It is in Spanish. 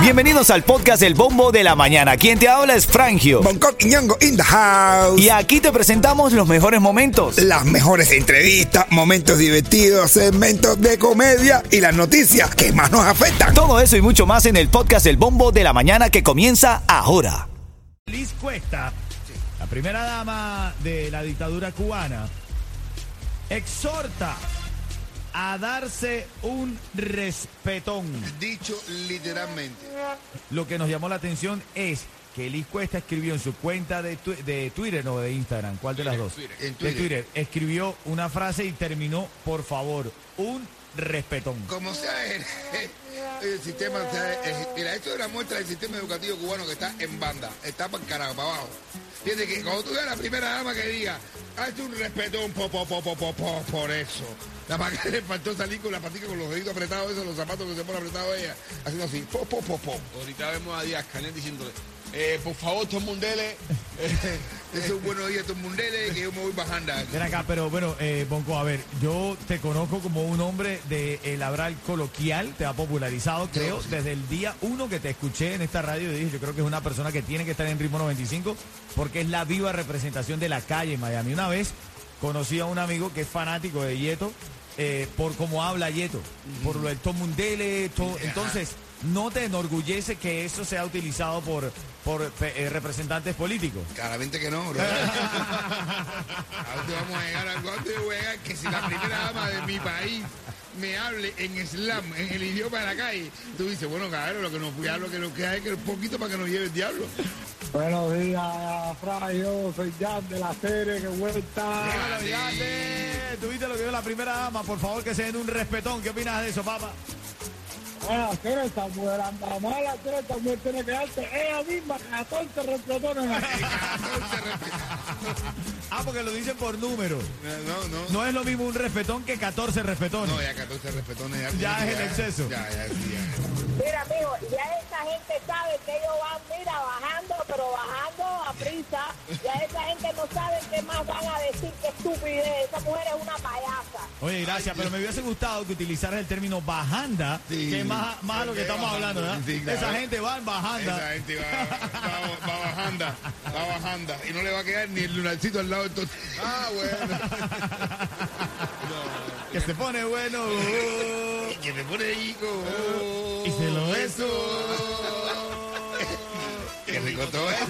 Bienvenidos al podcast El Bombo de la Mañana. Quien te habla es Frangio. Bangkok y Ñongo in the house. Y aquí te presentamos los mejores momentos. Las mejores entrevistas, momentos divertidos, segmentos de comedia y las noticias que más nos afectan. Todo eso y mucho más en el podcast El Bombo de la Mañana que comienza ahora. Liz Cuesta, la primera dama de la dictadura cubana, exhorta a darse un respetón. Dicho literalmente. Lo que nos llamó la atención es que Liz Cuesta escribió en su cuenta de, tu- de Twitter, no de Instagram, ¿cuál de las dos? Twitter, en De Twitter, escribió una frase y terminó, por favor, un respetón. Como sea el, el sistema, o sea, es- mira, esto es una muestra del sistema educativo cubano que está en banda, está para el carajo, para abajo. Fíjate que cuando tú veas a la primera dama que diga, hazte un respetón po, po, po, po, po, po, por eso. La más que le faltó salir con la patica con los deditos apretados, esos, los zapatos que se pone apretados ella, haciendo así, po, po, po, po. Ahorita vemos a Díaz Canel diciéndole, eh, por favor, Tom Mundele, Eso es un buenos días, tus mundeles, que yo me voy bajando. Ven acá, pero bueno, eh, Bonco, a ver, yo te conozco como un hombre de el hablar coloquial, te ha popularizado, creo, desde el día uno que te escuché en esta radio y dije, yo creo que es una persona que tiene que estar en Ritmo 95 porque es la viva representación de la calle en Miami. Una vez conocí a un amigo que es fanático de Yeto eh, por cómo habla Yeto, por lo del Tom Mundele, to- entonces... ¿No te enorgullece que eso sea utilizado por, por eh, representantes políticos? Claramente que no, bro. ¿A dónde vamos a llegar? ¿A dónde voy a llegar? Que si la primera dama de mi país me hable en slam, en el idioma de la calle, tú dices, bueno, cabrón, lo que nos fui a lo que nos queda es que un poquito para que nos lleve el diablo. Buenos días, Fray, yo soy Jan de la serie que vuelta. Bueno, ya te- Tuviste lo que dio la primera dama, por favor que se den un respetón. ¿Qué opinas de eso, papá? Bueno, tú eres esta mujer, anda mala, tú eres esta mujer, tiene que darte ella misma 14 respetones. Ah, porque lo dicen por número. No, no, no. No es lo mismo un respetón que 14 respetones. No, ya 14 respetones. Ya, Ya es el exceso. Ya, ya, sí, ya. Mira, mijo, ya esa gente sabe que ellos van, mira, bajando, pero bajando a prisa. Ya esa gente no sabe qué más van a decir que estupidez. Esa mujer es una payasa. Oye, gracias, pero me hubiese gustado que utilizaras el término bajanda, Sí. que es más, más a lo que Porque estamos bajando, hablando, ¿verdad? sí, claro. Esa gente va en Esa bajanda. gente va, va, va bajando, va bajando. Y no le va a quedar ni el lunarcito al lado entonces. Ah, bueno. Que se pone bueno. Que me pone oh. hijo. Y se lo beso. ¿eh? Qué rico todo eso.